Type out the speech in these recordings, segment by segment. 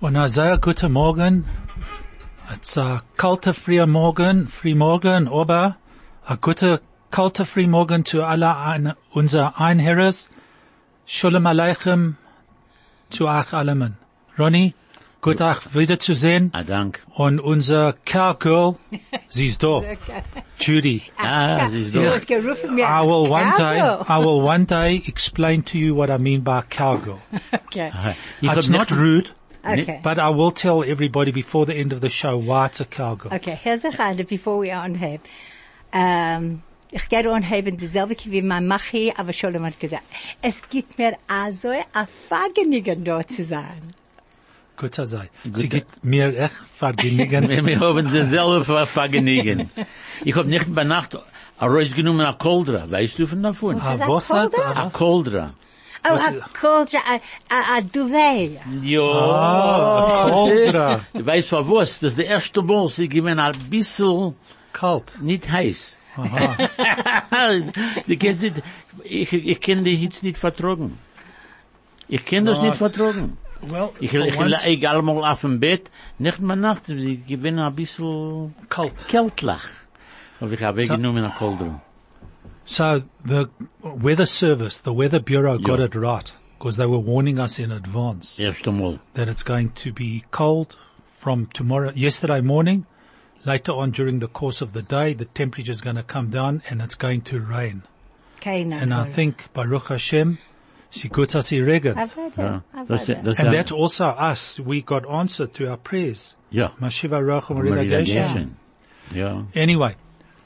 Und ein sehr guter Morgen. Es ist ein kalter, frier Morgen, früh Morgen, aber ein guter, kalter, früh Morgen zu alle ein, unser Einherres. Shalom Aleichem zu euch allen. Ronny, gut euch wiederzusehen. Ah, dank. Und unser Cowgirl, sie ist da. Judy. Ah, sie ist Du doch. hast gerufen mir. I will one Ah. day, Cowgirl. I will one day explain to you what I mean by cowgirl. Okay. Ich hab It's not nicht- rude, Okay. Uh, but I will tell everybody before the end of the show why it's a cowgirl. Okay, here's a kind before we anheben. Ähm, ich gehe anheben dieselbe wie mein Machi, aber schon einmal gesagt. Es gibt mir also ein Fagenigen dort zu Ah, sein. Gut sei sei. Sie Gut. gibt mir echt vergnügen. Wir, wir haben dasselbe Vergnügen. Ich hab nicht bei Nacht rausgenommen eine Koldra. Weißt du von davon? Ah, Is that was hat- colder? ah, Eine Koldra. Oh, a culture, a, a, a duvet. Ah, Ja. eine Koldra. Du weißt von was? Das ist der erste Mal, sie gewinnen ein bisschen Kalt. nicht heiß. Aha. du kannst nicht, ich, ich kann die Hitze nicht vertragen. Ich kann das nicht Right. vertragen. Well, Ich, for ich once, lege allemal auf dem Bett, nicht mal Nacht, ich gewinne ein bisschen kalt. kältlach. Aber ich habe weggenommen nach Koldrum. So the weather service, the weather bureau got Yeah. it right because they were warning us in advance Erst einmal. that it's going to be cold from tomorrow, yesterday morning. Later on during the course of the day, the temperature's going to come down and it's going to rain. Keine And I Ahnung. think Baruch Hashem, Sigutas I've Iregat. heard Ja. that. I've Das, heard that. das, And that's also us. We got answer to our prayers. ja. Mashiva Rochum Maria Relegation. Gershon. Ja. Anyway,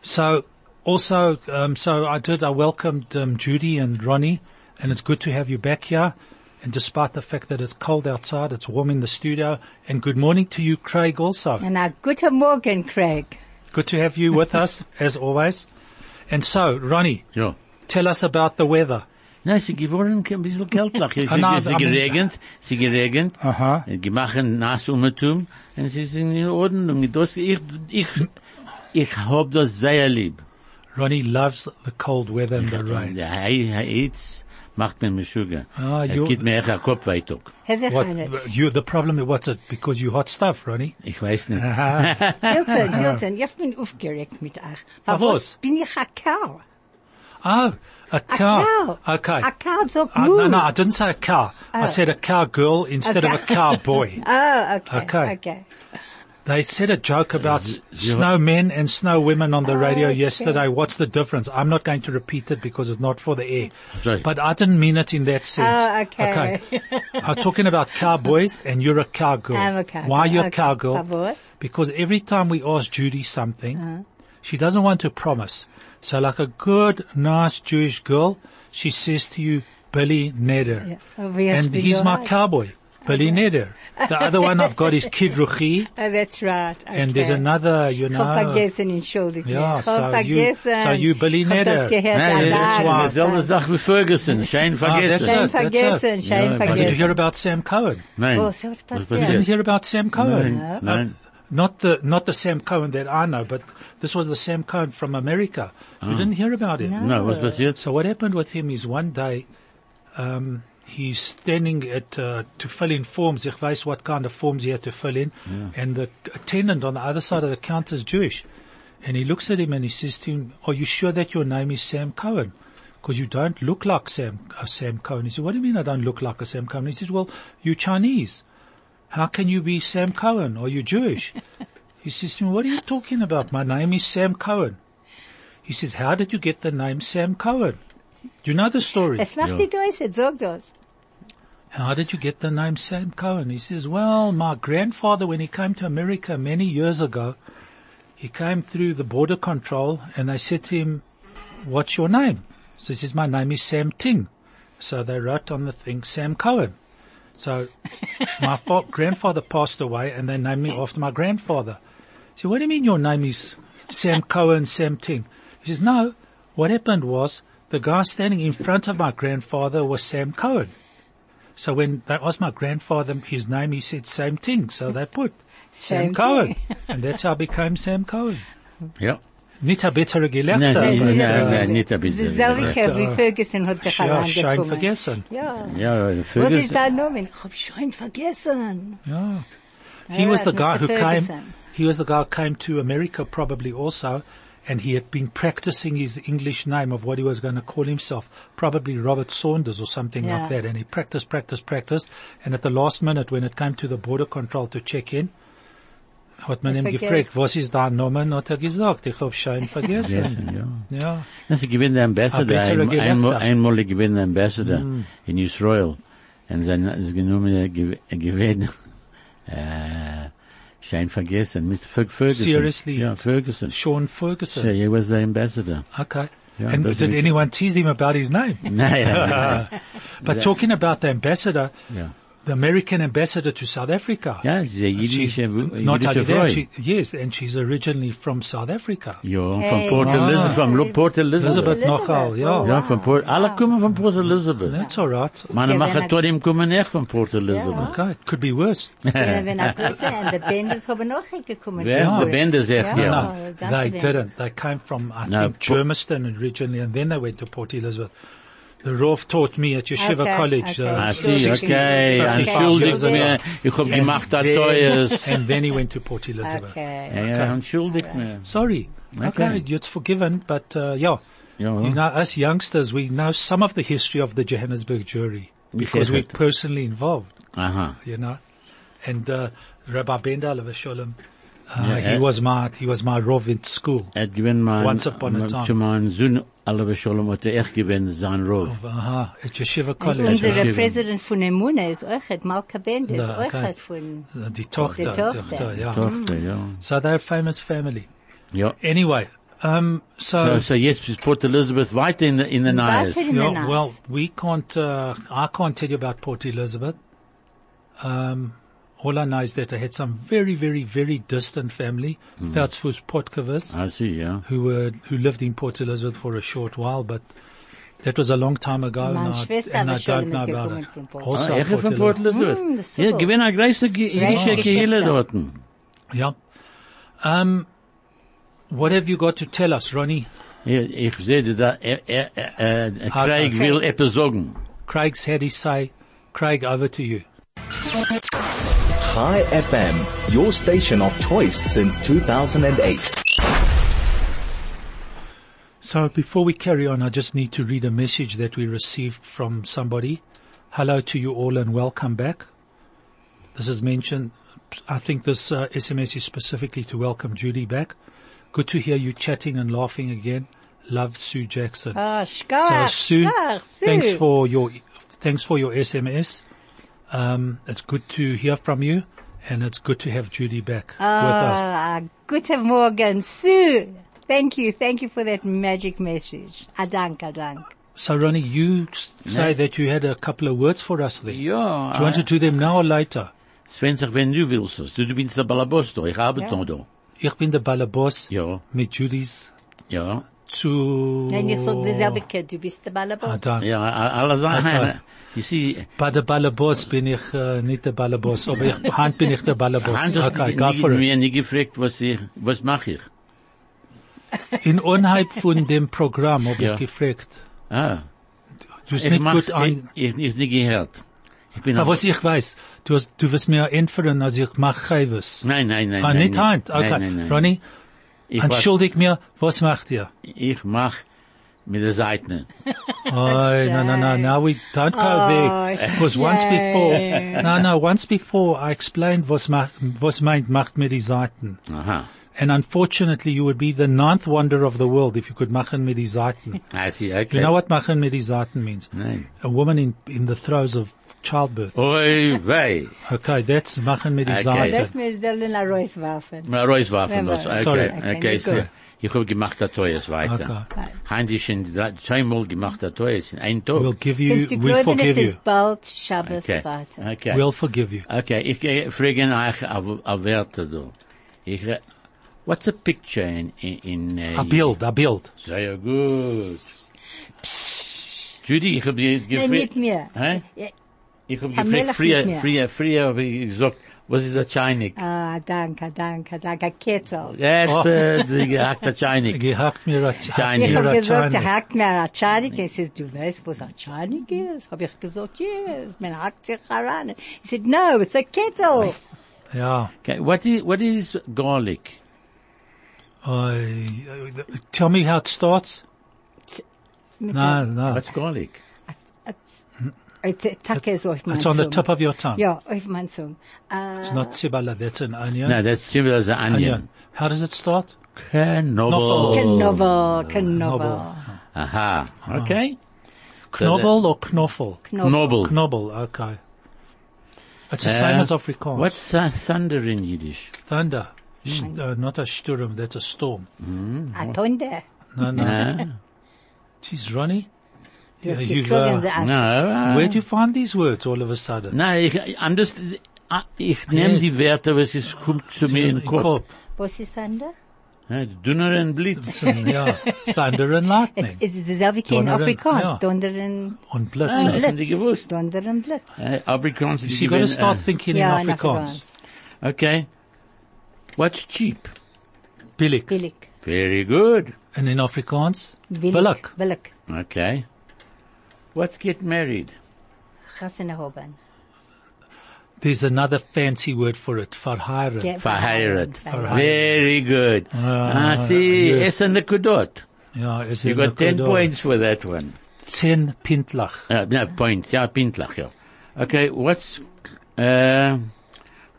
so also, um, so I did, I welcomed um, Judy and Ronnie, and it's good to have you back here. And despite the fact that it's cold outside, it's warm in the studio. And good morning to you, Craig, also. And a guten Morgen, Craig. Good to have you with us, as always. And so, Ronnie, Ja. tell us about the weather. Nein, sie geworden ein bisschen kältlach. Ich, Ah, na, sie I mean- geregend, sie geregend. Aha. Gemacht nass umtum. Und sie sind in Ordnung. Das, ich, ich, ich hab das sehr lieb. Ronnie loves the cold weather and the rain. Der Hei- Heiz macht mir mich Sugar. Ah, es jo. gibt mir echt ein Kopfweitung. Here's a What, kind you, the problem, what's it? Because you hot stuff, Ronnie. Ich weiß nicht. Hilton, Hilton, ich bin aufgeregt mit euch. Wa was? Bin ich ein Kerl? Oh, a A cow. cow. Okay. A cow so I, no, no, I didn't say a cow. I Oh. said a cowgirl instead of a cowboy. Oh, okay. Okay. Okay. They said a joke about s- zero- snowmen and snow women on the radio Oh, Okay. yesterday. What's the difference? I'm not going to repeat it because it's not for the air. Sorry. But I didn't mean it in that sense. Oh, okay. Okay. I'm talking about cowboys and you're a cowgirl. I'm a cowgirl. Why you're a Okay. cowgirl? Cowboy. Uh-huh. Because every time we ask Judy something, she doesn't want to promise. So like a good, nice Jewish girl, she says to you, Billy Neder. Oh, we have And to be he's my right. cowboy, Billy Neder. The other one I've got is Kid Ruchi, Oh, that's right. Okay. and there's another, you Ich hab know. vergessen, entschuldige. Ja, ich so you- hab vergessen. so you believe Ich it. hab das gehört Nein, das allein. war selbe Sache wie Ferguson. Schein Ah, that's it. vergessen. Schein That's vergessen, schein Ja, Did you vergessen. hear about Sam Cohen? Nein. Oh, so was You didn't Yes. hear about Sam Cohen? Nein, nein. Not the not the Sam Cohen that I know, but this was the Sam Cohen from America. You didn't hear about him. No, was passiert? So what happened with him is one day, um, he's standing at uh, to fill in forms. Ich weiß what kind of forms he had to fill in, and the attendant on the other side of the counter is Jewish, and he looks at him and he says to him, "Are you sure that your name is Sam Cohen?" Because you don't look like Sam, uh, Sam Cohen. He said, what do you mean I don't look like a Sam Cohen? He says, well, you're Chinese. How can you be Sam Cohen? Are you Jewish? he says to me, what are you talking about? My name is Sam Cohen. He says, how did you get the name Sam Cohen? Do you know the story? Es macht nicht aus, jetzt sag das. How did you get the name Sam Cohen? He says, well, my grandfather, when he came to America many years ago, he came through the border control and they said to him, what's your name? So he says, my name is Sam Ting. So they wrote on the thing, Sam Cohen. So my fa- grandfather passed away and they named me after my grandfather. He said, what do you mean your name is Sam Cohen, Sam Ting? He says, no, what happened was the guy standing in front of my grandfather was Sam Cohen. So when they asked my grandfather his name, he said Sam Ting. So they put Sam Same Cohen. and that's how I became Sam Cohen. Ja. nicht ein besserer Gelehrter. Nein, nein, aber, nein, äh, nein, nicht ein bisschen. Dieselbe Kerl wie Ja. Ferguson hat sich Ja, Schein herangekommen. vergessen. Ja. Ja, Was ist Ferguson. da Nomen? Ich hab Schein vergessen. Yeah. He All was the right, guy Mr. who came, Ferguson. he was the guy who came to America probably also, and he had been practicing his English name of what he was going to call himself, probably Robert Saunders or something like Yeah. that. And he practiced, practiced, practiced. And at the last minute, when it came to the border control to check in, hat man Er ihm gefragt, vergessen. was ist dein Name? Hat er gesagt, ich hab Schein vergessen. Ja. ja. Das ist gewinn der Ambassador, Ein besserer ein, Gelehrter. einmal, einmal gewinn der Ambassador Mhm. in Israel. Und sein ist genommen äh, gew- äh, gewinn, äh, Schein vergessen, Mr. Fer- Ferguson. Seriously? Ja, Ferguson. Sean Ferguson. So he was the ambassador. Okay. Yeah, and that's did it. anyone tease him about his name? Naja, But talking about the ambassador, ja. the American ambassador to South Africa. Ja, sie ist eine She's jüdische, not jüdische only that, Frau. she, yes, and she's originally from South Africa. Ja, von Hey. Port Ah. Elizabeth, von Port Elizabeth Elizabeth. Nochal, ja. Ja, von Port, alle kommen von Port Elizabeth. That's all right. Meine Ja, wenn Machatorium kommen echt von Port Elizabeth. Okay, it could be worse. Ja, wenn er größer und die Benders haben auch gekommen. Wer? Ja. Die Bände sagt, Ja. ja. no, Oh, that's they the- didn't. They came from, I No, think, Po- Germiston originally, and then they went to Port Elizabeth. The Rolf taught me at Yeshiva Okay, College. okay. Ah, Uh, see, 60 okay, 55 entschuldigt years ago. mir, ich hab gemacht das Teues. And then he went to Port Elizabeth. Okay. Ja, entschuldigt mir. Sorry. Okay, Okay. you're forgiven, but uh, yeah. Ja. You know, us youngsters, we know some of the history of the Johannesburg jury because Because we're it- personally involved, Aha. you know. And uh, Rabbi Benda Alav Sholem, uh, Yeah, he eh? was my he was my rov in school. Er gewinnt mein, Once upon a time. zu meinem Sohn, alle Bescholem, hat er echt gewinnt sein Ruf. Uh-huh, at Yeshiva College. Unser- Unser Entschuldigung. Präsident von Emuna ist auch ein Malka Benders, Da, auch okay. ein von... Uh, Die Tochter, Die Tochter. Tochter, yeah. Tochter, ja. So they're a famous family. Ja. Anyway, um, So, so, so jetzt ist Port Elizabeth weiter in, in den Eis. Weiter in yeah, the night. well, we can't, uh, I can't tell you about Port Elizabeth. Um, all I know is that I had some very, very, very distant family, Veldsvoors Potkovers. I see, Ah, ja. who were who lived in Port Elizabeth for a short while, but that was a long time ago, Mijn and Schwester I, and I was schon don't know eens about gekomen it. van Port Ah, Also er Port von Port Elizabeth. Elizabeth. Mm, das ist Ja, super. gewinn eine große Ge- jüdische Geschichte. Kehle dorten. Yeah. Um, what have you got to tell us, Ronnie? Ja, Ich sehe da, er, er, er, er, Ah, Craig okay. will etwas sagen. Craig's had his say. Craig, over to you. Hi FM, your station of choice since 2008. So before we carry on, I just need to read a message that we received from somebody. Hello to you all and welcome back. This is mentioned. I think this uh, SMS is specifically to welcome Judy back. Good to hear you chatting and laughing again. Love Sue Jackson. Ah, So Schkach, Sue, Schkach, Sue. thanks for your thanks for your SMS. Um, it's good to hear from you, and it's good to have Judy back with us. Ah, guten Morgen, Sue. Thank you, thank you for that magic message. Ah, Adank, adank. So Ronnie, you s- say that you had a couple of words for us there. Ja. Do you want to do them now or later? Sven sagt, wenn du willst, es. du, du bist der Ballabos da, ich arbeite Ja. noch da. Ich bin der Ballerboss Ja, mit Judys ja, zu... Wenn ich so dieselbe Kerl, du bist der Ah, Ballerboss. da. ja, a- alle Ah, Sachen. You see, Bei der Ballerboss bin ich äh, nicht der Ballerboss, aber ich, Hand bin ich der Ballerboss. Hans hat Okay, go nie- for it. mir nie gefragt, was ich, was mache ich. In Unheil von dem Programm habe Ja. ich gefragt. Ah, Du hast ich eh nicht mach's, gut ich, an... ich, ich nie gehört. Ich bin Aber was ich weiß, du, hast, du wirst mir entführen, als ich mache Chaiwes. Nein, nein, nein. Ah, nein, nicht nein. Hand. Okay, Nein, nein, nein. Ronny, ich weiß, entschuldig mir, was macht ihr? ich mach mit der Seite. Oh, no, no, no, no, we don't go there. Because once before, no, no, once before I explained was, ma was meant macht mir die Seiten. Aha. And unfortunately you would be the ninth wonder of the world if you could machen mir die Seiten. I see, You okay. know what machen mir die Seiten means? Nein. A woman in, in the throes of childbirth. Oi, wei. Okay, that's machen mir die Okay. Seiten. Lass mir selten ein Reus werfen. Mal Reuswaffen Wer los. weiß. Sorry. Okay, okay. Okay, so, gut. ich hab gemacht, der Teuer ist weiter. Okay. Hans ist schon drei- zweimal gemacht, der Teuer ist in einem Tag. We'll give you, Kannst du we glauben, es forgive you. ist bald Schabbos Okay. weiter. Okay. We'll forgive you. okay. Ich äh, frage nach auf, auf Werte do. Ich äh, What's a picture in in, in äh, A build, a build. Sehr gut. Judy, ich hab dir Nein, gefragt. nicht mehr. Hä? Ja, Ich hab Pamela gefragt früher nicht mehr. früher früher hab ich gesagt, Was ist der Chainik? Ah, danke, danke, danke. Ketzel. Jetzt, äh, die gehackte Chainik. Gehackt mir a Chainik. Ich mir habe a gesagt, er Chainik. hackt mir ein Atschanik. Er sagt, du weißt, was Atschanik ist? Habe ich gesagt, yes, man hackt sich heran. He said, no, it's a kettle. Ja. Okay, what is, what is garlic? I- I- tell me how it starts. No, no. What's garlic? It tackles off my It's on the tongue. tip of your tongue. Yeah, off my tongue. Uh, It's not cibala, that's an onion. No, that's similar as an onion. How does it start? Knobel. Knobel, Knobel, Knobel. Aha. Okay. Knobel or knoffel? Knobel. Knobel, okay. It's the Uh, same as Afrikaans. What's uh, thunder in Yiddish? Thunder. Sh- uh, not a sturm, that's a storm. A thunder. No, no. No, Geez, Ronnie. Yes, Yeah, the you've, children, uh, they are- no. uh, Where do you find these words all of a sudden? No, ich, anders, ah, ich nehm Yes. die Werte, was ist, kommt zu mir in den Kopf. Kop. Was ist Thunder? Ja, Dünner und Blitz. Mm, Yeah. Thunder and lightning. Es ist dasselbe wie in Donderen, Afrikaans. ja. Donderen, Und Ah, Blitz. Ah, das haben die gewusst. Donderen Blitz. Äh, Abercrombie, die So you got to gewinnen, start äh, thinking Ja, in in Afrikaans. Okay. What's cheap? Billig. Billig. Very good. And in Afrikaans? Billig. Billig. Okay. What's get married? Gassen haben. There's another fancy word for it. Verheiratet. Ge- Verheiratet. Verheiratet. Very good. Ah, ah, see, yes. es and the kudot. Yeah, is You it got the ten good points for that one. old- Ten pintlach. Uh, no, point. Ja, pintlach, ja. Okay, what's, uh,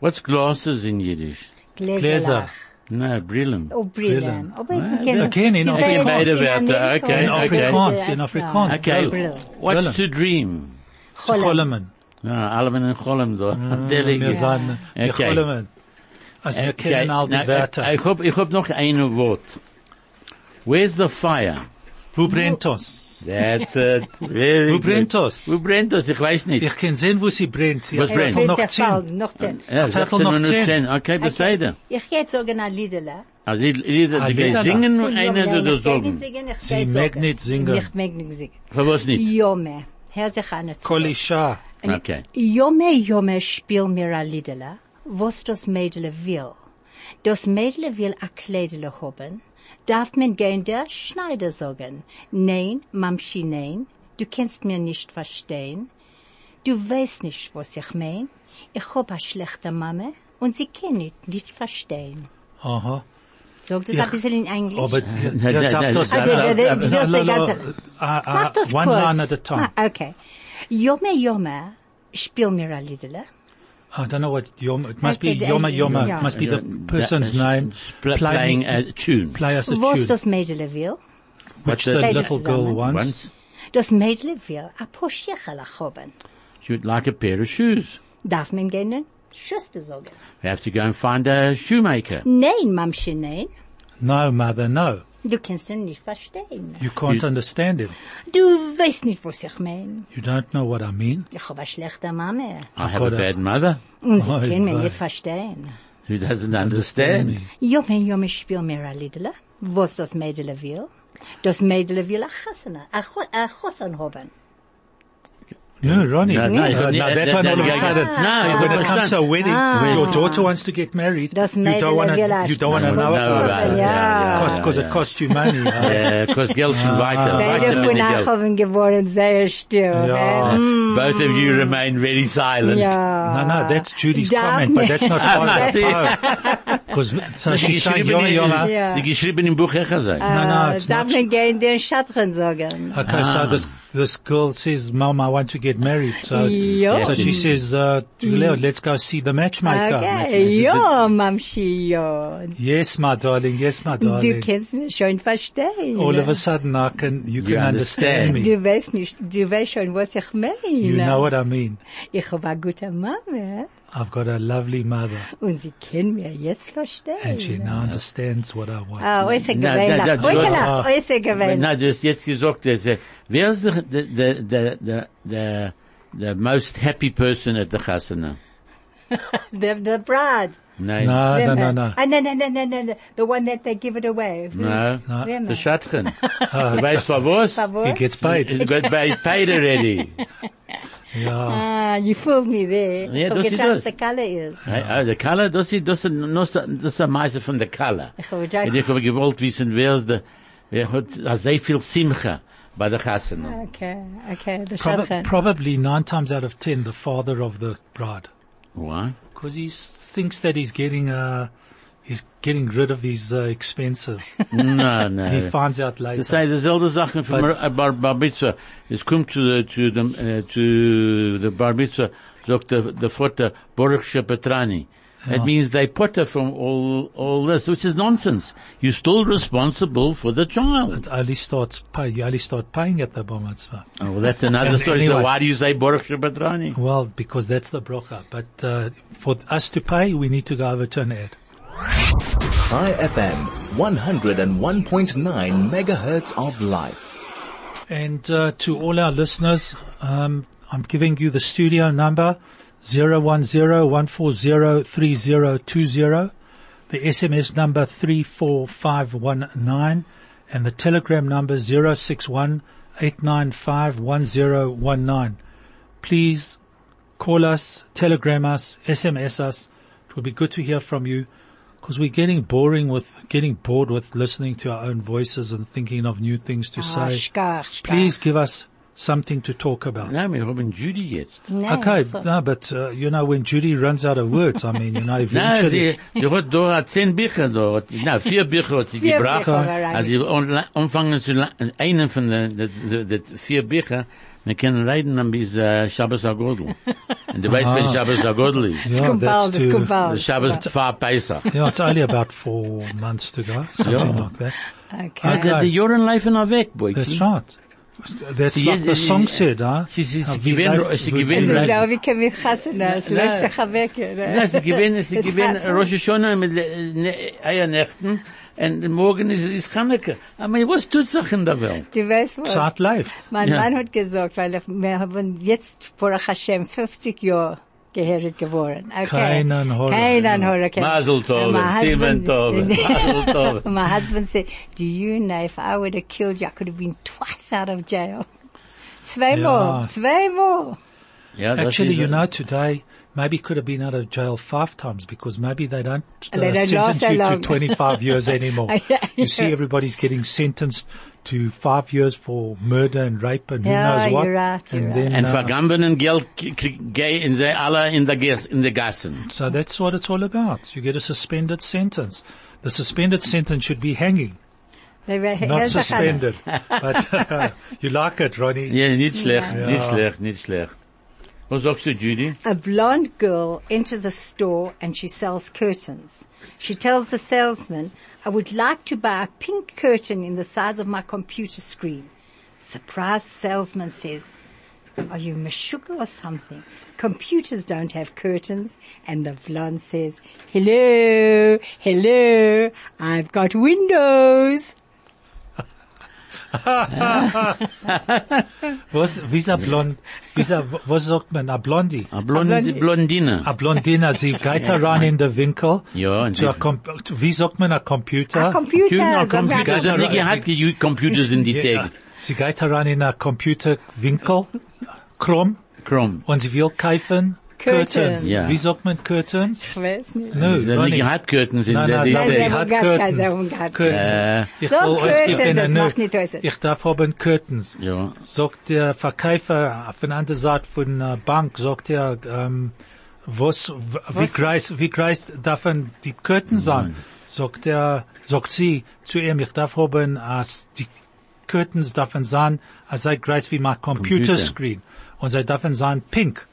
what's glasses in Yiddish? Gläser. Gläser. No, brilliant. Oh, Brillen. Aber Ah, ich kenne- again, in die Afrikaans. beiden Beide Wörter, Amerika okay, und okay. beide- Afrikaans, in Ah, ja. Ah, Afrikaans. Okay, Brilliant. what's Brilliant. to dream? Holland. Cholemen. Ah, alle in Cholm, da. Delig Wir is. sagen, wir Okay. Cholemen. Also wir Okay, kennen all na, die äh, Wörter. Ich hab, ich hab noch ein Wort. Where's the fire? Wo brennt uns? That's it. Very Wo good. brennt das? Wo brennt das? Ich weiß nicht. Ich kann sehen, wo sie brennt. Ja, Was brennt? Viertel Noch Noch zehn. zehn. Noch zehn. Ja, Viertel 16 nach und 10. 10. Okay, bescheiden. Ich gehe jetzt sagen ein Liederle. Also, die Lieder, Ah, die Lieder. wir singen, Ich einer, mag der das nicht sagen. singen, ich Sie gehe jetzt mag sagen. nicht singen. Ich mag nicht singen. Für was nicht? Jome. Hör sich an. jetzt. Kol Isha. Okay. Jome, Jome, spiel mir ein Liedele, was das Mädel will. Das Mädel will ein Kleidele haben. Darf man gehen der Schneider sagen? Nein, Mamschi, nein. Du kannst mir nicht verstehen. Du weißt nicht, was ich mein. Ich hab eine schlechte Mama und sie kann nicht, nicht verstehen. Aha. Oh, Sag das Ja. ein bisschen in Englisch. Aber na, ihr na, habt das... na, na, na, na, na, na, na, Mach Mach das Ah, uh, One kurz. line at a time. Ah, okay. Jome, Jome, spiel mir ein Liedele. Ah, I don't know what Yoma... It must be Okay, the- Yoma Yoma. yeah. It must be the Yeah, person's that- name. pl- Playing a tune. Play us a Was tune. das Mädel will. Which What's the that? little girl Zusammen. wants. Once. Das Mädel will a paar Schächerl haben. She would like a pair of shoes. Darf man gerne Schüster sagen? We have to go and find a shoemaker. Nein, Mamsche, nein. No, mother, no. Du kannst ihn nicht verstehen. You can't You- understand him. Du weißt nicht, was ich meine. You don't know what I mean. Ich habe eine schlechte Mama. I have a Got it. bad mother Und sie Oh, können mich right. nicht verstehen. who doesn't understand. Jumme, Jumme, spiel mir ein Liedle, was das Mädel will. Das Mädel will a Chassana, a Cho- a Chossan haben. No, Ronnie. No, no, Uh, no, now no, that no, one no, all of no, a sudden. no, no, when no, it comes to no. Ah. a wedding, your daughter wants to get married. Das you Mädel don't want to, will a you don't want to No, know no, about about it. it, Ja. yeah, Cost, yeah, cause yeah. it costs you money. huh? Uh, 'cause Geld schon Ah. weiter, weiter Beide mit von dem euch Geld. haben geworden sehr still. Ja. ne? Both of you remain very silent. Ja. No, no, that's Judy's Darf comment, but that's not part of See? the Because so she's saying, Yoma, Yoma. Yeah. Sie geschrieben im Buch Hecher sein. No, no, it's Darf not. man gerne den Schatten sagen? Okay, so this Ah. this girl says, "Mom, I want to get married." So, Yeah. so she says, uh, to Leo, "Let's go see the matchmaker." Okay, ja, Mamschi, ja. Yes, my darling. Yes, my Du darling. kannst mich schon verstehen. All of a sudden, I can you, can understand. understand, me. Du weißt nicht, du weißt schon, was ich meine. You know what I mean. Ich habe eine gute Mama I've got a lovely mother, und sie kann mir jetzt verstehen. and she now understands what I want. Ah, äußer Na, na, gewähnlich. na, ah. Oikelach, äußer gewähnlich. Na, du hast jetzt gesagt, dass, äh, wer ist der, der, der, der, der, der, the most happy person at the Chasana? The, the bride. Nein. no, no, no, Remember? no. Ah, no, no, no, no, no, no. The one that they give it away. No. No. The Remember? Schatchen. Du weißt, für was? Favor? He gets paid. It got paid already. Ja. Ah, you fooled me there. Yeah, Forget does it how does. the color is. Hey, äh, der Color, das ist, das ist, das ist, das ist ein Meister von der Color. Ich habe gesagt- Und ich habe gewollt wissen, wer ist der, wer hat sehr viel Simcha bei der Hasana. Okay, okay, the Prob- Shadchan. probably nine times out of ten, the father of the bride. Why? Because he s- thinks that he's getting, uh, he's getting rid of his uh, expenses. No, no. he finds out later. Das sei dieselbe Sache für But- Mar- Bar Barbitza. Es kommt zu der, zu dem, äh, zu der Barbitza, sagt der, der Vater, Borische Petrani. It means they put her from all, all this, which is nonsense. You're still responsible for the child. It only starts pay, you only start paying at the bar mitzvah. Oh, well, that's another And story. anyway- So why do you say Borische Petrani? Well, because that's the brocha. But uh, for us to pay, we need to go over to an ad. Hi FM, 101.9 megahertz of life. And uh, to all our listeners, um, I'm giving you the studio number 010-140-3020, the SMS number 34519, and the telegram number 061-895-1019. Please call us, telegram us, SMS us. It would be good to hear from you because we're getting boring with, getting bored with listening to our own voices and thinking of new things to Ah, say. Shkar, Shkar. Please give us something to talk about. Nein, wir haben Judy jetzt. No, Okay, so- no, but uh, you know when Judy runs out of words, I mean, you know, Nein, sie, eventually. sie hat da zehn Bücher da, hat- na, Nou, vier Bücher hat sie Vier gebracht. Bücher waren Also sie on- anfangen zu, la- einen von den, den- den den vier Bücher, wir können leiden dann bis äh, Shabbos Agodl. Und du weißt, wenn Shabbos Agodl ist. Yeah, It's compiled, it's too- Der compiled. Shabbos Tfar Pesach. Yeah, it's only about four months to go, something Yeah. like that. Okay. Ah, Die die Jahren laufen auch weg, Boyki. That's right. That's Sie- like the sie- song sie- said, huh? sie- sie- sie Uh, we gewinnt- like- sie we- gewinnt- we Also, like- Nein. so wie kann ich hassen, es Nein. läuft sich weg. oder? Ja, sie gewinnen, sie Jetzt uh, gewinnen hat- Rosh Hashanah mit äh, ne- Eiernächten und morgen ist, ist Chanukah. Aber was tut sich in der Welt? Du weißt was? Zeit läuft. Mein Ja. Mann hat gesagt, weil er- wir haben jetzt, Baruch Hashem, 50 Jahre gehört geworden. Okay. Keinen Horror. Keinen Horror. okay. Mazel Tov, And my Sieben husband- Tov, eh. Mazel Tov. And My husband said, do you know if I would have killed you, I could have been twice out of jail. Zweimal, Ja. zweimal. Ja, das Actually, ist- you know, today maybe could have been out of jail five times because maybe they don't, uh, They don't last sentence so you to long. 25 years anymore. Yeah, You see, yeah. everybody's getting sentenced to five years for murder and rape and Yeah, who knows what. you're right, you're and right. then, Und uh, vergangenen Geld k- k- gehen sie alle in der Gas- in der Gassen. so that's what it's all about. You get a suspended sentence. The suspended sentence should be hanging, They were- not Yes, I can. suspended. but you like it, Ronnie? Ja, nicht schlecht, Ja. nicht schlecht, nicht schlecht. Was sagst du, Judy? A blonde girl enters a store and she sells curtains. She tells the salesman, I would like to buy a pink curtain in the size of my computer screen. Surprised salesman says, are you Meshuggah or something? Computers don't have curtains. And the blonde says, hello, hello, I've got windows. Was, wie's a blond, wie's a, was sagt man, a blondie? A Blond- Blond- A Blondine. Blondine, sie geht heran in den Winkel. Ja, und zu sie- a com wie sagt man, a Computer? A computer. Judy, komm, sie Computer. hat doch nicht gehabt, die Computers in die Ja, Tage. sie geht heran in a Computerwinkel, krumm, Krumm. und sie will kaufen Curtains. Curtains. Ja. Wie sagt man Curtains? Sie gar haben Oh, nicht nicht. gehabt, Curtains in Nein, der nein, die nein, Nein, sie Tage. haben hat gar keine, sie haben Curtains. gar keine. Äh. Curtains. Ich So will euch Curtains, geben das einen macht Nuff. nicht äußerst. Ich darf haben Curtains. Ja. Sagt der Verkäufer auf der anderen Seite von der Bank, sagt er, ähm, was, w- wie greis, wie greis darf man die Köten sein? Sagt er, sagt sie zu ihm, ich darf haben, als die Köten dürfen sein, als sei greis wie mein Computer. Computerscreen. Und sie dürfen sein pink.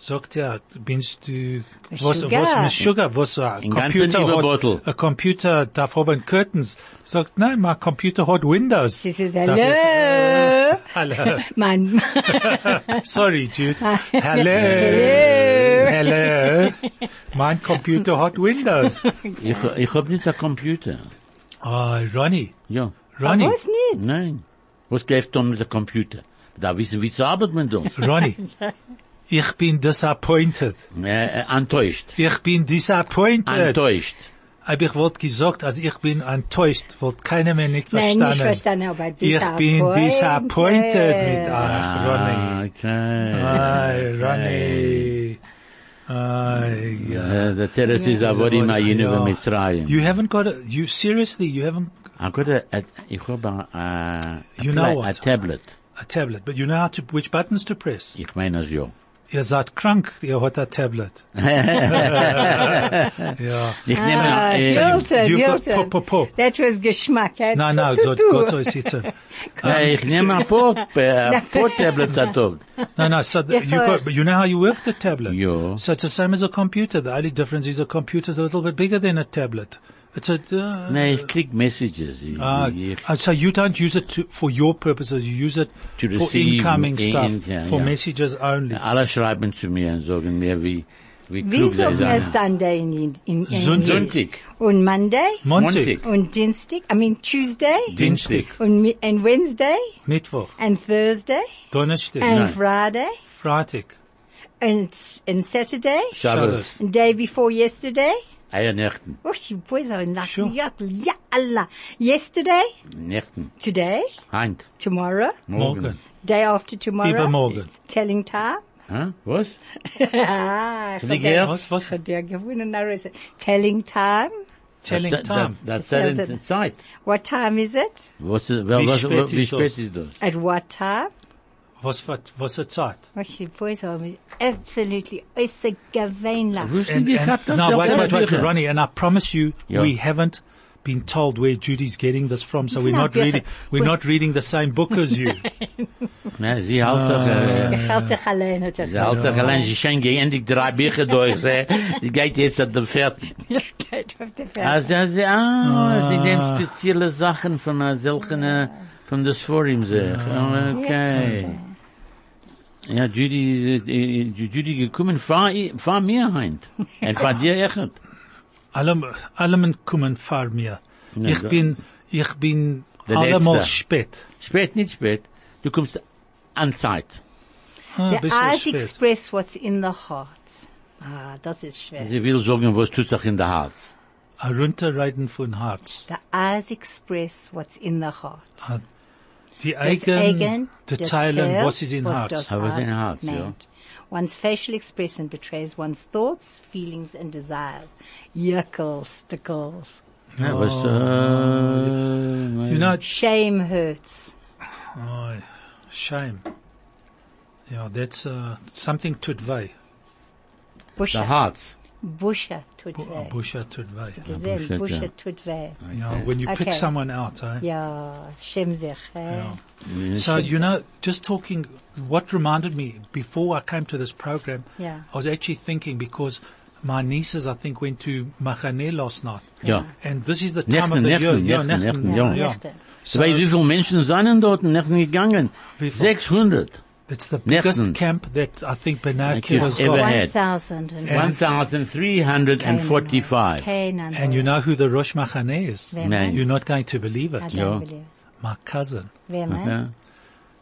Sagt er, bist du, was, Sugar. was mit Sugar, was, äh, Ein ganzen Computer Überbeutel. hat, ein Computer darf haben Curtains. Sagt, nein, mein Computer hat Windows. She says, Darf ich- hello. Hallo. Mein, Sorry, Jude. Hello. Hello. Mein Computer hat Windows. Ich, ich hab nicht einen Computer. Ah, Ronnie. Ja. Ronnie. was nicht? Nein. Was geht dann mit dem Computer? Da wissen, wie zu arbeiten mit uns. Ronnie. Ich bin disappointed. Äh, äh, enttäuscht. Ich bin disappointed. Enttäuscht. Hab ich wollt gesagt, als ich bin enttäuscht, wollt keiner mehr nicht verstanden. Nein, nicht verstanden, aber Ich bin disappointed. disappointed mit Ach, Ah, Ronny. okay. Ay, okay. Ronny. Ay, yeah. Uh, the terrace is avodim ayinu v'mitzrayim. You haven't got a, you seriously, you haven't I got a, a, ich hab a, a, You know a, pla- a what? tablet. a tablet, but you know how to, which buttons to press. Ich mein das jo. Ihr seid krank, ihr hat a tablet. ja. Ich Ah, nehme, äh, Jilton, eh, You got Jilton. pop, pop, pop. That was Geschmack. eh? Nein, nein, Tu, so, tu, Gott tu. sei sitzen. äh, ich nehme a paar, a paar tablets a tog. No, no, so th- Yes, you sir. got, but you know how you work the tablet? Yeah. So it's the same as a computer. The only difference is a computer's a little bit bigger than a tablet. It's a, uh, Nee, ich krieg messages. Ich, Ah, ich, uh, so you don't use it to, for your purposes. You use it To for receive incoming in- stuff, in- for yeah. messages only. alle schreiben zu mir und sagen mir, wie, wie Wie klug so das mehr ist. Sunday in, in, in Sonntag. Sonntag. Und Monday? Montag, Montag. und Dienstag? I mean Tuesday? Dienstag, Und, Mi- and Wednesday? Mittwoch, And Thursday? Donnerstag, And Nein. Friday? Freitag, And, s- and Saturday? Shabbos. Shabbos. And day before yesterday? Eiernachten. Oh, you boys are in luck. Sure. Yeah, yeah, Allah. Yesterday? Nächten. Today? Heint. Tomorrow? Morgen, Morgen. Day after tomorrow? übermorgen. Telling time? Huh? Was? Ah, Wie gehört? Was, was? Hat der gewonnen, Narissa. Telling time? Telling That's- time. That's that Selten. in Zeit. What time is it? Was ist, well, Wie was, spät wie ist das? spät ist das? At what time? was für, was für Zeit? Oh, you boys are absolutely ausgewöhnlich. Wusste ich, hab das no, doch wait, wait, wait, gelesen. Ronnie, and I promise you, Yeah. we haven't been told where Judy's getting this from, so we're No, not we- reading, we're we- not reading the same book as you. Nee, sie halt sich, äh, Ich halte dich allein, hat sie halt sich Ja. allein, sie scheint geendig drei Bücher durch, sie, sie geht jetzt an den vierten. gesagt. Also, sie, ah, sie nehmen spezielle Sachen von äh, solchen, äh, von das Forum, sie. Okay. Ja, Judy, äh, äh, Judy gekommen, fahr, fahr mir heint. Und fahr dir echt. Allem, allem kommen vor mir. Na, Ich so. bin, ich bin Der allemal Letzte. spät. Spät, nicht spät. Du kommst an Zeit. Ah, The bist du eyes spät. express what's in the heart. Ah, das ist schwer. Sie will sagen, was tut sich in der Hals. Herunterreiten von Herz. The eyes express what's in the heart. Ah, Die Das Eigen, Eigen, die das Zeilen, Herz, was ist in was Herz. das Aber was in Herz, Herz ja. meint. One's facial expression betrays one's thoughts, feelings and desires. Yuckles, tickles. Ja, was, äh, You know, Shame hurts. oh, shame. Yeah, that's uh, something tudvei. the Busha. hearts. Busha tut weh. oh, Busha tudvei. Gesehen, Busha, Busha ja. tut weh. Yeah, when you Okay. pick someone out, eh? Ja, schäm sich, eh? Yeah. So, you know, just talking, what reminded me before I came to this program, Yeah. I was actually thinking because my nieces, I think, went to Machaneh last night. Ja. And this is the time of Nechten, the year. nechten, yeah, nechten, nechten, nechten, ja. yeah. Nechten. So Zwei, wie viele Menschen sind denn dort und nicht gegangen? Wie viel? 600. it's the biggest Nechten. camp that I think B'nai Like Akiva you've has ever got. had. One Ahead. thousand and And- 1,345. Canaan. And you know who the Rosh Machaneh is? Wer Nein. You're not going to believe it. I Ja. don't believe. My cousin. Wer meint? ne? Ja.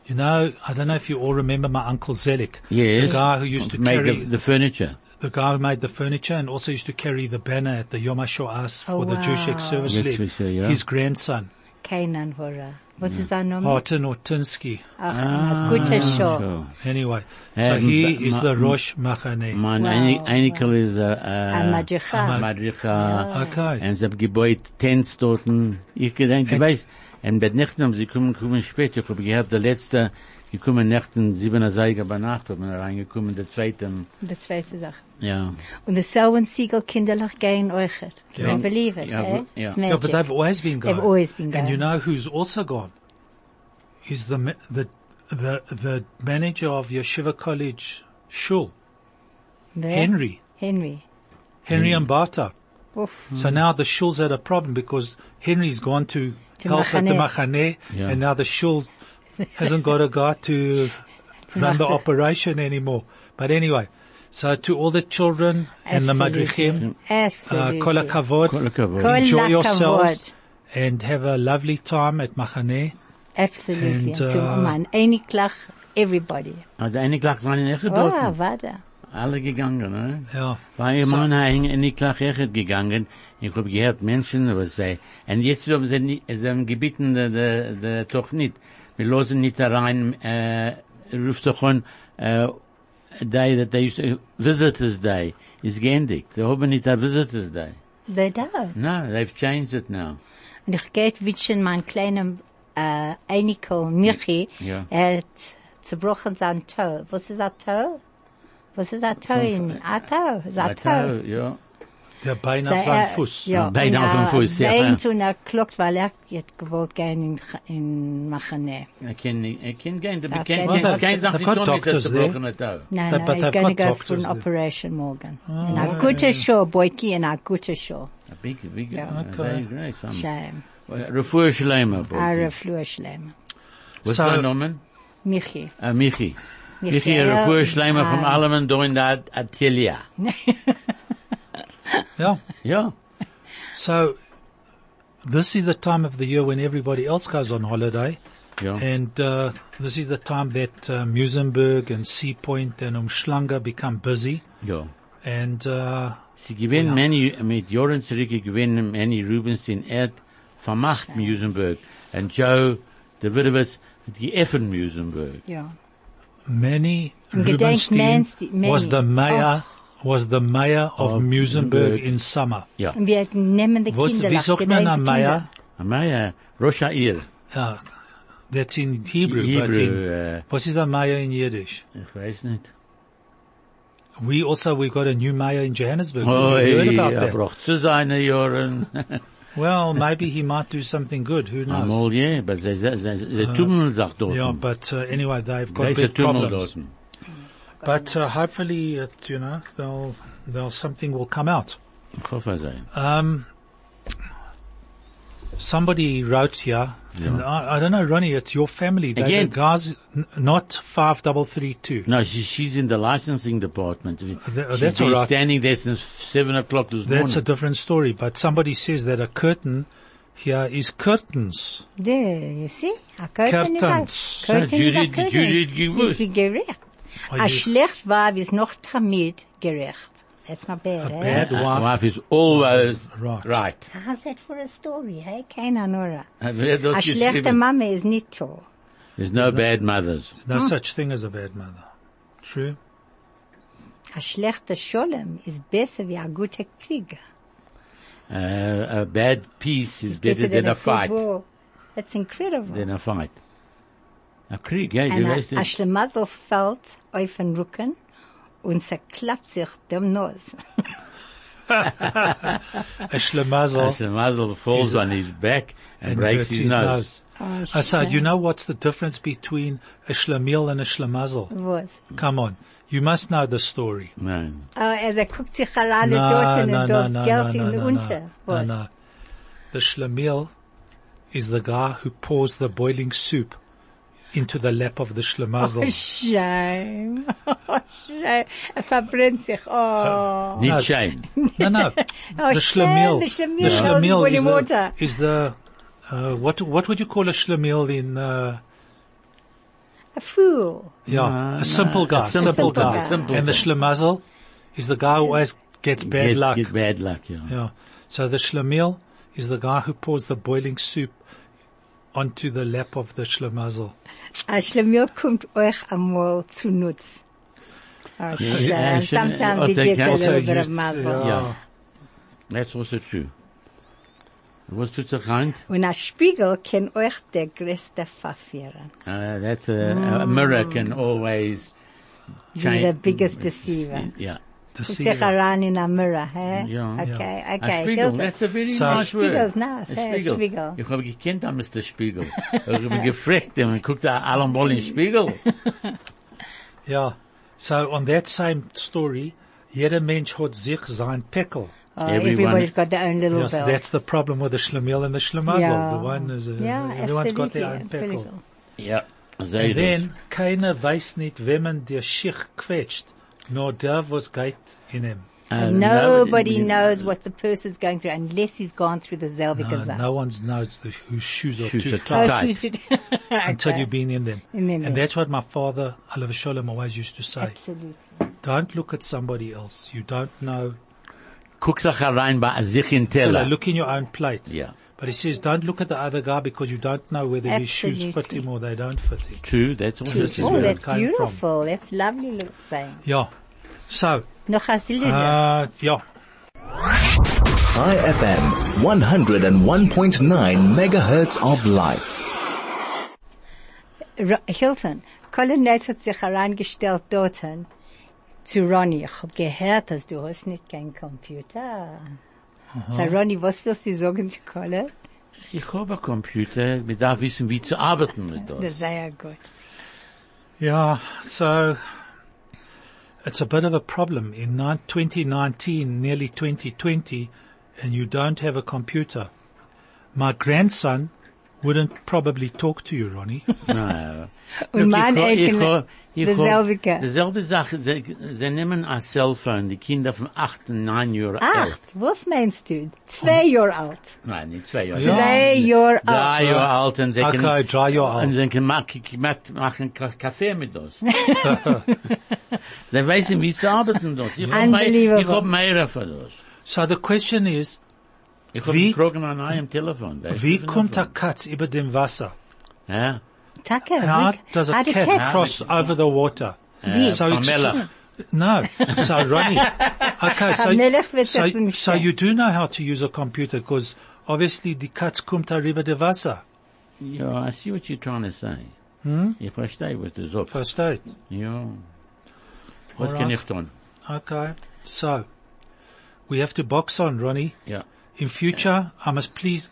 You know, I don't know if you all remember my uncle Zelik. Yes. The guy who used to Made carry, the, the furniture. the guy who made the furniture and also used to carry the banner at the Yom HaShoah for Oh, the Jewish wow. Ex Service Yes, League. we say, yeah. His grandson, Canaan Hora. Was ist sein Name? Martin Ortinsky. Ach, Ah. na, gute Show. So, Anyway, so Hey, he m- is m- the m- Rosh Machaneh. mein Wow. Einig- Einikel ist, äh, Ein äh, Madricha. Madricha. Okay. Und sie haben gebaut Tents dort. Ich gedenke, ich weiß, und bei Nächten haben sie kommen, kommen später. Ich habe gehört, der letzte, die kommen Nächten, um siebener Seiger bei Nacht, haben wir reingekommen, der zweite, um- Die zweite Sache. ja. Und die Sauen Siegel Kinderlach gehen euch. Can't believe it, Ja, eh? ja. It's No, but magic. they've always been gone. They've always been And gone. you know who's also gone? Is the ma- the the the manager of Yeshiva College Shul, Wer? Henry Henry. Henry Hmm. Ambata. Uff. So now the shul's had a problem because Henry's gone to, To help at the Machaneh. Machaneh, Yeah. and now the shul hasn't got a guy to run the Machaneh. operation anymore. But anyway, so to all the children and the madrichim, uh, Absolutely. kol Kol hakavod, hakavod. Kol enjoy yourselves, hakavod. and have a lovely time at Machaneh. Absolutely. And, And, uh, man, any klach, everybody. Ah, der eine Klagt waren in Echidorten. Oh, warte. alle gegangen, ne? Ja. Weil ihr Mann hat in die Klachechet gegangen. Ich hab gehört Menschen, was sie, und jetzt haben sie, nie- sie haben gebeten, der, der, der doch nicht. Wir lassen nicht rein, äh, ruft doch an, äh, day that they used to, äh, visitors day is geendigt. They haben nicht a visitors day. They don't. No, they've changed it now. Und ich geht wünschen mein kleinen äh, Einikel Michi. Ja. Er hat zerbrochen sein Toe. Was ist ein Toe? Was ist ein Toe in? Ein Toe. Ist Ah, ein Toe. ja. Der Bein Sei auf seinen er- Fuß. eh, Ja, eh, Bein und auf dem er Fuß, ja. weint und er klagt, weil er hat gewollt gehen in, in Machane. I can, I can gain the, Darf can, ich- can, Well, can, the- the doctors there. No, But- no, but he's I've going to got go for doctors an there. operation, Morgan. Oh, and I okay. good to show, Boyki, and I good to show. A big, big, Yeah. uh, Okay. very great. um, Shame. well, Refuah Shlema, Boki. Ara Fluashlem. What's So- your name? Michi. Uh, Michi. Michi, eh, Michi, ja. Refuah Shlema from Ah. Alaman doing that at Telia. Yeah. Yeah. So this is the time of the year when everybody else goes on holiday. Eh. Yeah. And uh, this is the time that uh, Musenberg and Sea Point and Umschlanger become busy. Yeah. And uh, Sie gewinnen many, mit Joren Zerike gewinnen many Rubenstein Ed, vermacht Musenberg. And Joe, the Widowitz, geeffen Musenberg. Ja. Manny Gedenk Rubenstein Mansti- Manny. Oh. was the mayor was the mayor of Of Musenberg Muizenberg. in summer. Yeah. Und wir nehmen die Was, Kinder. wie like, sagt man gedenk die am Mayer? Kinder. Amaya, Rosh Ha'ir. Uh, that's in Hebrew. But in, Hebrew, uh, what is a mayor in Yiddish? ich weiß nicht. We also we got a new mayor in Johannesburg. Oh, Have you heard about er that? braucht zu seine Jahren. Well, maybe he might do something good. Who knows? Einmal, ja, aber sie, sie, sie, sie tummeln sich dort. Yeah, but uh, anyway, they've got Weiße big Tummel problems. dort. But uh, hopefully, it, you know, they'll, they'll something will come out. Ich hoffe sein. Um, somebody wrote here, and I, I don't know, Ronnie, it's your family. They- Again. The guys, n- not five double three two. No, she, she's in the licensing department. She's that's been all right. standing there since seven o'clock this That's a morning. different story. But somebody says that a curtain here is curtains. There, you see? A curtain is a Curtains. curtain. is a Judith- curtain. Judith gewusst. Ich bin gerecht. Are A you- schlecht Weib ist noch damit gerecht. That's not bad, eh? bad- Uh, wife. wife is always Right. right. How's that for a story, eh? Keiner Nora. Uh, wer dort A schlechte geschrieben? Mama is nicht toll. There's no bad mothers. No such thing as a bad mother. True. A schlechte Scholem is besser wie a gute Krieger. Uh, a bad peace is better than a fight. Football. That's incredible. Than a fight. A Krieg, ja, And uh, du weißt a, a es. Schlemazo fällt auf den Rücken und zerklappt sich dem Nuss. Uh, A schlemazel. As the muzzle falls on his back and, and breaks his, nose. I said, Ah, you know what's the difference between a schlemiel and a schlemazel? Was? Hmm. Come on. You must know the story. No. Oh, also er guckt sich gerade No, dort und no, das no, Geld no, in no, no, unter. no, Was? No, no. The schlemiel is the guy who pours the boiling soup into the lap of the Oh, schlemazel. Shame. Oh, shame. Er verbrennt sich. Uh. Oh. Nicht shame. no, no. Oh, the shame, schlemiel. the schlemiel goes in boiling is the, water. is the uh, what what would you call a schlemiel in uh, A fool. yeah No, a simple no, guy a simple guy, guy simple and the guy. schlemazel is the guy who always gets bad Get- luck Get bad luck, yeah. Yeah. So the schlemiel is the guy who pours the boiling soup onto the lap of the schlemazel. A Schlemiel kommt euch einmal zu Nutz. Oh, yeah, shame. Schlemiel- Sometimes oh, it they gets can a also little bit of used- eh, muzzle. Yeah. That's also true. Was tut sich rein? Und ein Spiegel kann euch der größte verführen. Uh, that's a, a mirror can Mm. always You're change. the mm, biggest deceiver. Yeah. To Guckt see sich it. heran in a mirror, hä? Ja. Okay, a okay. Spiegel, Hilde. that's a very So- nice A word. Spiegel is nice, eh, Spiegel. Ich habe gekannt an Mr. Spiegel. ich habe gefragt, und guckt er allemal in Spiegel. Yeah. So on that same story, jeder Mensch hat sich sein Pickel. Oh, Everyone- everybody's got their own little Yes, bill. that's the problem with the schlemiel and the schlemazel. The one is, uh, yeah, everyone's got their own absolutely, pickel. absolutely. Ja. Sehr And gut. then, keiner weiß nicht, wem man der Schich quetscht, nur der, was geht in ihm. Uh, Nobody knows what the person's going through unless he's gone through the Zelvica No, no one knows the, whose shoes are Shoes too are tight. tight. Oh, Tight. she's until you've been in them. In them, and yeah. that's what my father, Oliver Sholem, always used to say. Absolutely. Don't look at somebody else. You don't know. Guck sich rein bei sich in Tell Teller. look in your own plate. Yeah. But he says, don't look at the other guy because you don't know whether his shoes fit Absolutely. him or they don't fit him. True, that's all. This is Oh, where that's it came beautiful. That's lovely look saying. Yeah. So, Noch a Silja. uh, yeah. High FM, 101.9 megahertz of life. Ro- Hilton, Colin Nates hat sich herangestellt dorten zu Ronny. Ich hab gehört, dass du hast nicht keinen Computer. Uh-huh. So Ronny, was willst du sagen zu Colin? Ich habe einen Computer, wir darf wissen, wie zu arbeiten mit Das das. sei ja gut. Yeah, so it's a bit of a problem in nine- 2019, nearly 2020, and you don't have a computer. My grandson wouldn't probably talk to you, Ronnie. No. Und mein Eigen, dasselbe. dasselbe. Dasselbe Sache, sie, sie nehmen ein Cellphone, die Kinder von 8 und 9 Jahren alt. Acht, was meinst du? Zwei Hm. Jahre alt. Nein, nicht zwei Jahre. Zwei Jahre Ah, Drei alt. Jahre alt und sie Okay, können- drei Jahre alt. Und sie können mak- mak- machen Ka- Kaffee mit das. sie wissen, wie zu arbeiten das. Ich habe mehr, Unbelievable. ich hab mehr für das. so the question is, Ich habe Wie- einen Krogen an einem Telefon. weißt wie du, von kommt er- der davon. Katz über dem Wasser? Ja? Taka, How does a how the cat cat- cross over the water? Wie? So it's Pamela. No, so Ronnie. Okay, Pamela so, wird das so, nicht so sein. you do know how to use a computer because obviously the cuts kommt darüber der Wasser. Yeah, I see what you're trying to say. Hm? Ich verstehe, was du sagst. Versteht? Ja. Was Alright. kann ich tun? Okay, so we have to box on, Ronnie. Ja. In future, I must please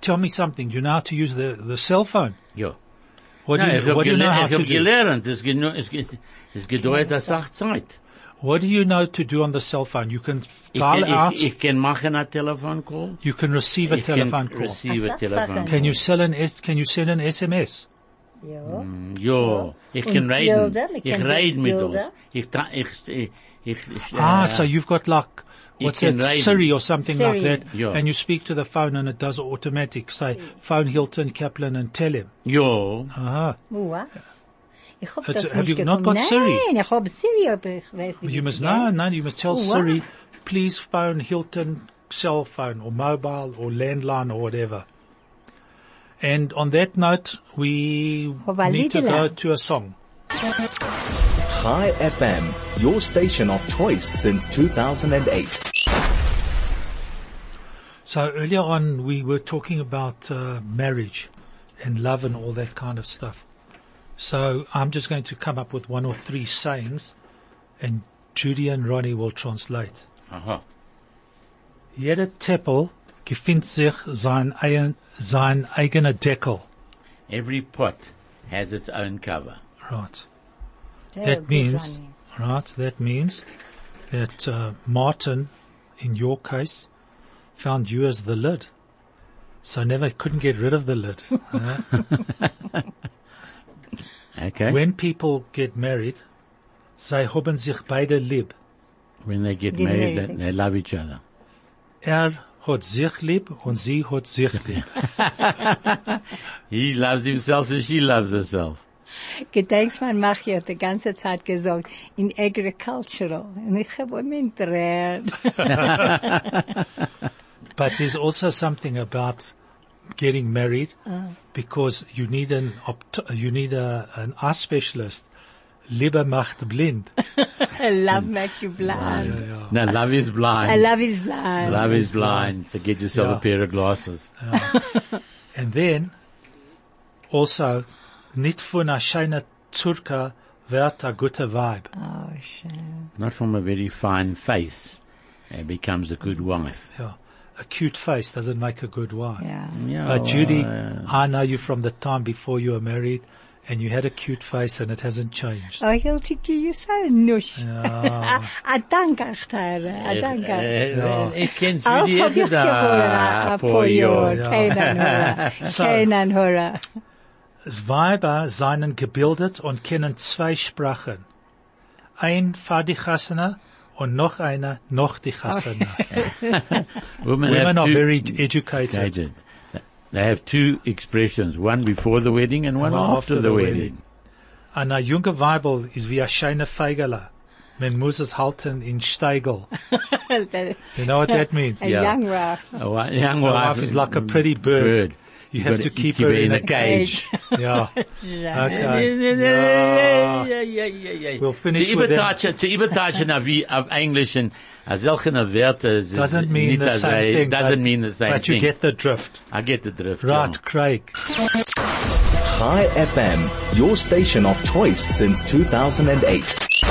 tell me something. Do you know how to use the, the cell phone? Ja. What Nein, do ich you, habe what do you know how gelernt, ich to hab do? gelernt. Es genu- es ge- es gedauert eine Sachzeit. What do you know to do on the cell phone? You can Ich dial kann, out. ich, ich kann machen einen Telefoncall. you can receive a Ich kann telephone call. receive a Ach, telephone Sachzeit. Can you sell an S, can you send an SMS? Ja. Hm. Ja, ich Und kann reden. Bilder, wir Ich können rede mit Bilder. uns. Ich, tra- ich, ich, ich, ich Ah, äh, so you've got like what's can it, write Siri or something Siri. like that, Yeah. and you speak to the phone and it does it automatic. Say, Mm. phone Hilton Kaplan and tell him. ja, Ah, Wow. Ich hab It's- das have nicht you not gekonnt. got Siri? Nein, ich hab Siri, aber ich weiß nicht. you wie must es no, geht. no, you must tell Oh, wow. Siri, please phone Hilton cell phone or mobile or landline or whatever. And on that note, we Have a need to little, go uh, to a song. High FM, your station of choice since 2008. So earlier on, we were talking about uh, marriage and love and all that kind of stuff. So I'm just going to come up with one or three sayings, and Judy and Ronnie will translate. aha. Jeder Teppel gefindt sich sein, eigen, sein eigener Deckel. Every pot has its own cover. Right. Sehr That gut, means, Ronny. right, that means that uh, Martin, in your case, found you as the lid. So never couldn't get rid of the lid. huh? Okay? When people get married, they haben sich beide lieb. When they get Didn't married, they, everything. they love each other. Er hat sich lieb und sie hat sich lieb. He loves himself and she loves herself. Gedenkst man mach ja die ganze Zeit gesagt, in agricultural. Und ich hab immer interessiert. But there's also something about getting married because you need an opt- you need a, an eye specialist. Liebe macht blind. I love makes you blind. No, love is blind. I love is blind. Love is blind. So get yourself Yeah. a pair of glasses. And then also nicht von einer schönen Zurka wird a guter Vibe. Oh, schön. Not from a very fine face. It becomes a good wife. Yeah. A cute face doesn't make a good wife. Ja. Yeah, But Judy, uh, I know you from the time before you were married, and you had a cute face, and it hasn't changed. Oh, Hiltiki, you so nusch. Yeah. Ah, ah, danke, Achtare. Ah, eh, danke. eh, Yeah. eh, Ich kenn's Alt Judy hab ich Eckert, ah, gewonnen, a poor paar Jahre. Jahr. Keinen Hörer. So. Keinen Hörer. Weiber seien gebildet und kennen zwei Sprachen. Ein für die Chassene und noch einer noch die Chassene. Women, Women have are two, very educated. educated. They have two expressions, one before the wedding and one after, the wedding. Eine junge Weibel ist wie ein scheine Feigerle. Man muss es halten in Steigel. a You know what that means? Yeah. young raff. A wi- young A wife wife is like a pretty bird. You have gotta to keep her in a cage. Yeah. Okay. Yeah, Yeah. yeah, yeah, yeah. Ah. We'll finish to with them. übertatschen, zu übertatschen auf, wie, auf Englisch und auf solche Werte es ist Doesn't mean nicht the as same I- thing. Doesn't but- mean the same But you thing. get the drift. I get the drift. Right, yeah. Craig. Hi FM, your station of choice since 2008.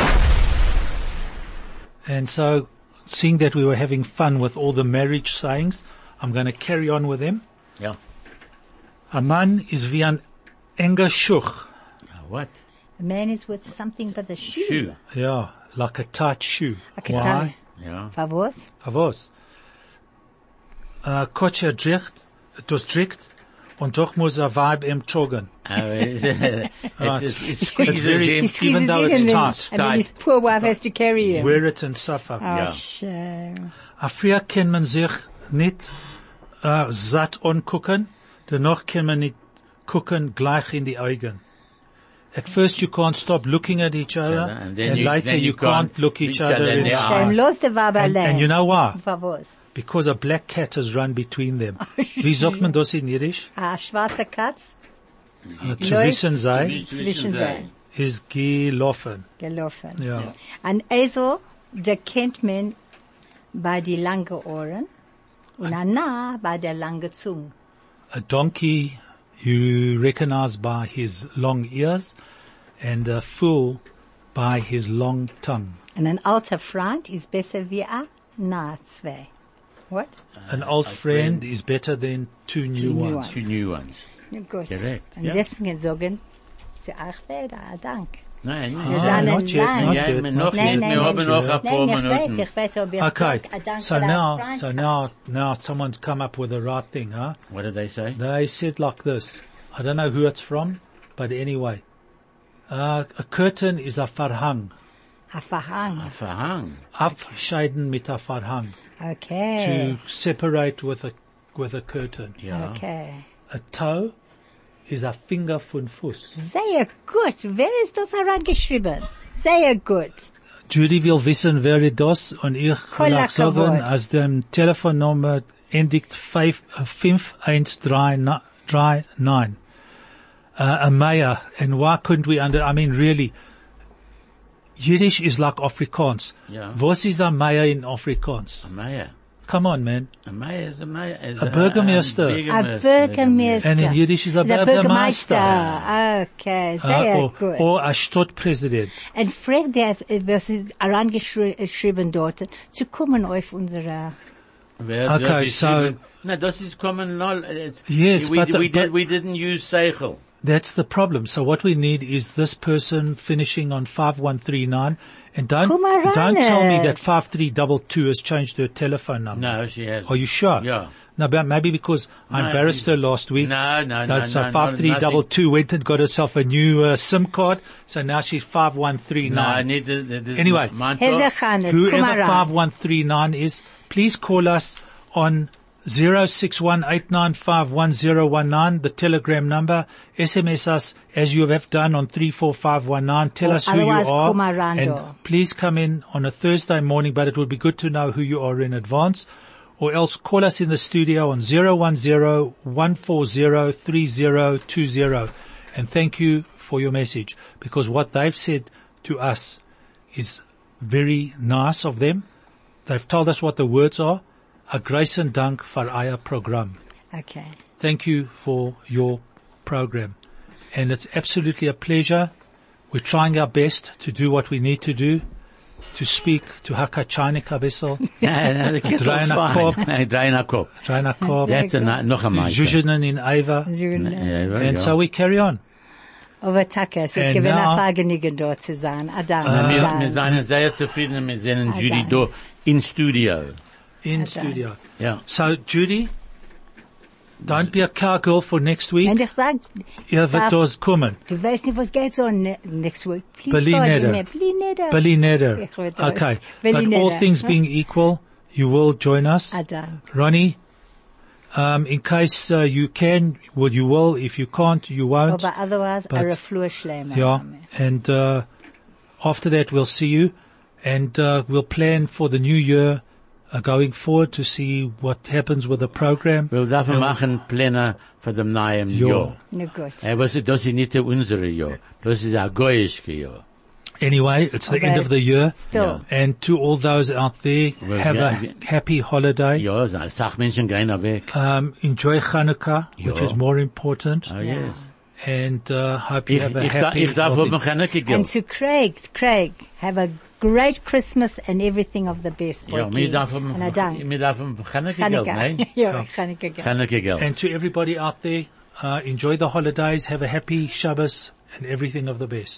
And so, seeing that we were having fun with all the marriage sayings, I'm going to carry on with them. Yeah. A man is wie ein enger Schuch. What? A man is with something but a shoe. Shoe. Yeah, like a tight shoe. Like a Why? tie. Yeah. Favos? Für was? A Kotscher dricht, das dricht, und doch muss er Vibe im joggen. Aber es- es- es Oh, It's squeezes very, him. Squeezes even though in it's and then, tight. And then his poor wife has to carry him. Wear it and suffer. oh, Yeah. shame. A früher kann man sich nicht äh, satt angucken, dennoch kann man nicht gucken gleich in die Augen. At first you can't stop looking at each other, And then you- later then you, you can't, can't look each each other other in in the the eye. eye. Shame. Lost the Baba Ah. And, and you know why? Favos. Because a black cat has run between them. Wie sagt man das in Yiddish? A Ah, schwarze Katz Uh, zu Läuft wissen sei, zwischen sein. ist gelaufen. Gelaufen. Ja. Ein Esel, der kennt man bei die langen Ohren und ein Narr bei der langen Zunge. A donkey you recognize by his long ears and a fool by his long tongue. Und ein alter Freund ist besser wie ein Narr zwei. What? An old friend is better than two new new ones. ones. Two new ones. Ja, gut. Correct, Und ja. deswegen sagen sie, ach, wer da, dank. Nein, Wir Ah, nein. sagen not yet, nein. not Ja, yet, wir not noch yet. nicht. Wir haben noch ein paar nein, ich weiß, Minuten. ich weiß, ob ich Okay, dank, ah, dank so der now, Freund so hat. now, now someone's come up with the right thing, huh? What did they say? They said like this. I don't know who it's from, but anyway. Uh, a curtain is a farhang. Ein Ah, Verhang. Verhang. Abscheiden mit a farhang. To Okay. separate with a, with a curtain. Ja. Okay. A toe is a finger von Fuß. Sehr gut. Wer ist das herangeschrieben? Sehr gut. Judy will wissen, wer ist das, und ich will Kolla auch sagen, Kavod. als dem Telefonnummer endigt 5, äh, 51339. Uh, a mayor, and why couldn't we under, I mean really, Yiddish is like Afrikaans. Yeah. Was is a mayor in Afrikaans? A mayor. Come on man. A mayor is a mayor. is A burgemeester. A Ah, Bürgermeister. And in Yiddish is a Der Bürgermeister. Bürgermeister. Okay, Uh, sehr or, gut. or a Stadtpräsident. Und Fred, der was ist herangeschrieben dort, zu kommen auf unsere... Wer- Okay, wer ist so- even- No, this is common knowledge. Yes, we, but the- we, but- did, we didn't use seichel. That's the problem. So what we need is this person finishing on 5139 and don't, Kumarana. don't tell me that 5322 has changed her telephone number. No, she has. Are you sure? Yeah. No, but maybe because I No, embarrassed her she's- last week. No, no, So no, no, no, 5322 went and got herself a new uh, SIM card. So now she's No, I 5139. need the, the, the Anyway. Mantle. Hesse Chanet, Whoever Kumaran. 5139 is, please call us on 0618951019, the telegram number. SMS us as you have done on 34519. Tell Or us who you otherwise are. Kumarando. And please come in on a Thursday morning, but it would be good to know who you are in advance. Or else call us in the studio on 010-140-3020. And thank you for your message because what they've said to us is very nice of them. They've told us what the words are. A grace and dank for our program. Okay. Thank you for your program. And it's absolutely a pleasure. We're trying our best to do what we need to do to speak to Hakachanika Vessel, No, no, the kittel's Draai naar fine. kop. No, draai naar kop. Raina Karp, That's a, ni- nog een meisje. Zhuzhinen in Ava. Jürgen. Ja, wel, And ja. so we carry on. Aber Taka, es And ist gewinn now- Ah, ein Vergnügen dort zu sein. Adam. Nou, we- Adam. We zijn zeer tevreden met zijn Ah, Judy dan. door in studio. In Okay. studio. Ja. So Judy, don't be a cowgirl for next week. Und ich sag, Ihr uh, wird das kommen. du weißt nicht, was geht so ne- next week. Please Berlin call Neder. me. Berlin Neder. Billy Neder. Ich werde- Okay. Billy But all Neder. things being equal, you will join us. Adam. Ronnie, um, in case uh, you can, well, you will. If you can't, you won't. Aber otherwise, But- are a Flur Schleimer. yeah. And uh, after that, we'll see you. and uh, we'll plan for the new year uh, going forward to see what happens with the program. Wir dürfen machen Pläne für dem neuen Ja. Jahr. Na gut. Äh, was ist, das ist nicht unsere Jahr. Das ist ein goyische Jahr. Anyway, it's the end Okay. of the year. Still. And to all those out there, Well, have yeah, yeah. a happy holiday. Ja, so als Sachmenschen gehen auch weg. Um, enjoy Hanukkah, which Yeah. is more important, Ah, yes. and uh, hope you Ich, have a ich, da, happy. ich darf auf holiday. Mechanike gehen. And to Craig, Craig, have a great Christmas and everything of the best. Ja, Boyki. mir darf auf And I don't. mir darf auf Mechanike gehen, Chanukah. nein? Yeah, Chanukah. Mechanike gehen. and to everybody out there, uh, enjoy the holidays. Have a happy Shabbos and everything of the best.